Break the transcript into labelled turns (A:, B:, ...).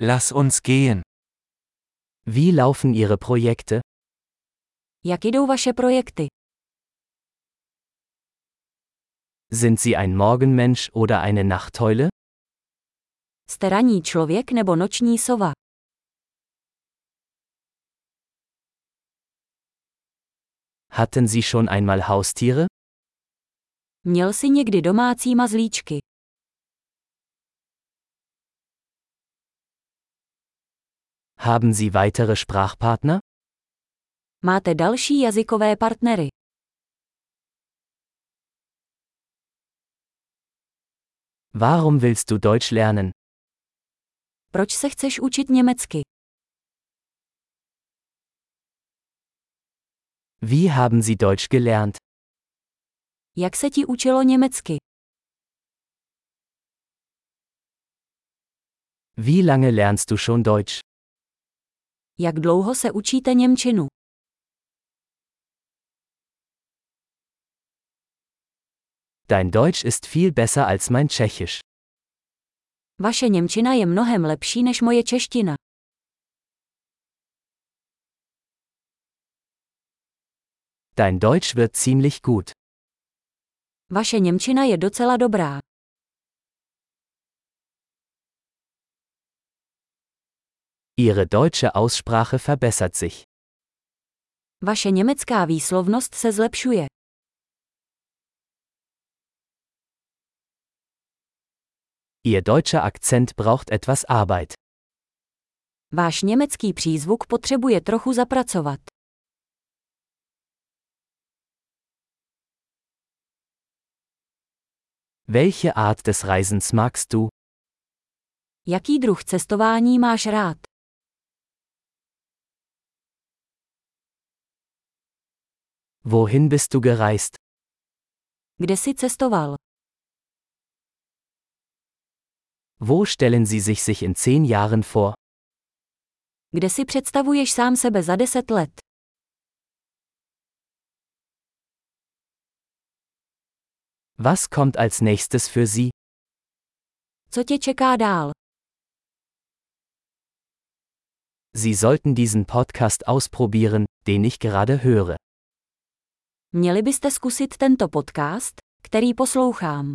A: Lass uns gehen. Wie laufen Ihre Projekte?
B: Jak jdou vaše projekty?
A: Sind Sie ein Morgenmensch oder eine Nachteule?
B: Jste ranní člověk nebo noční sova?
A: Hatten Sie schon einmal Haustiere?
B: Měl jsi někdy domácí mazlíčky?
A: Haben Sie weitere Sprachpartner?
B: Máte další jazykové partnery?
A: Warum willst du Deutsch lernen?
B: Proč se chceš učit německy?
A: Wie haben Sie Deutsch gelernt?
B: Jak se ti učilo německy?
A: Wie lange lernst du schon Deutsch?
B: Jak dlouho se učíte němčinu?
A: Dein Deutsch ist viel besser als mein Tschechisch.
B: Vaše němčina je mnohem lepší než moje čeština.
A: Dein Deutsch wird ziemlich gut.
B: Vaše němčina je docela dobrá.
A: Ihre deutsche Aussprache verbessert sich.
B: Vaše německá výslovnost se zlepšuje.
A: Ihr deutscher Akzent braucht etwas Arbeit.
B: Váš německý přízvuk potřebuje trochu zapracovat.
A: Welche Art des Reisens magst du?
B: Jaký druh cestování máš rád?
A: Wohin bist du gereist?
B: Kde jsi cestoval?
A: Wo stellen Sie sich sich in zehn Jahren vor?
B: Kde si představuješ sám sebe za deset let?
A: Was kommt als nächstes für Sie?
B: Co tě čeká dál?
A: Sie sollten diesen Podcast ausprobieren, den ich gerade höre.
B: Měli byste zkusit tento podcast, který poslouchám.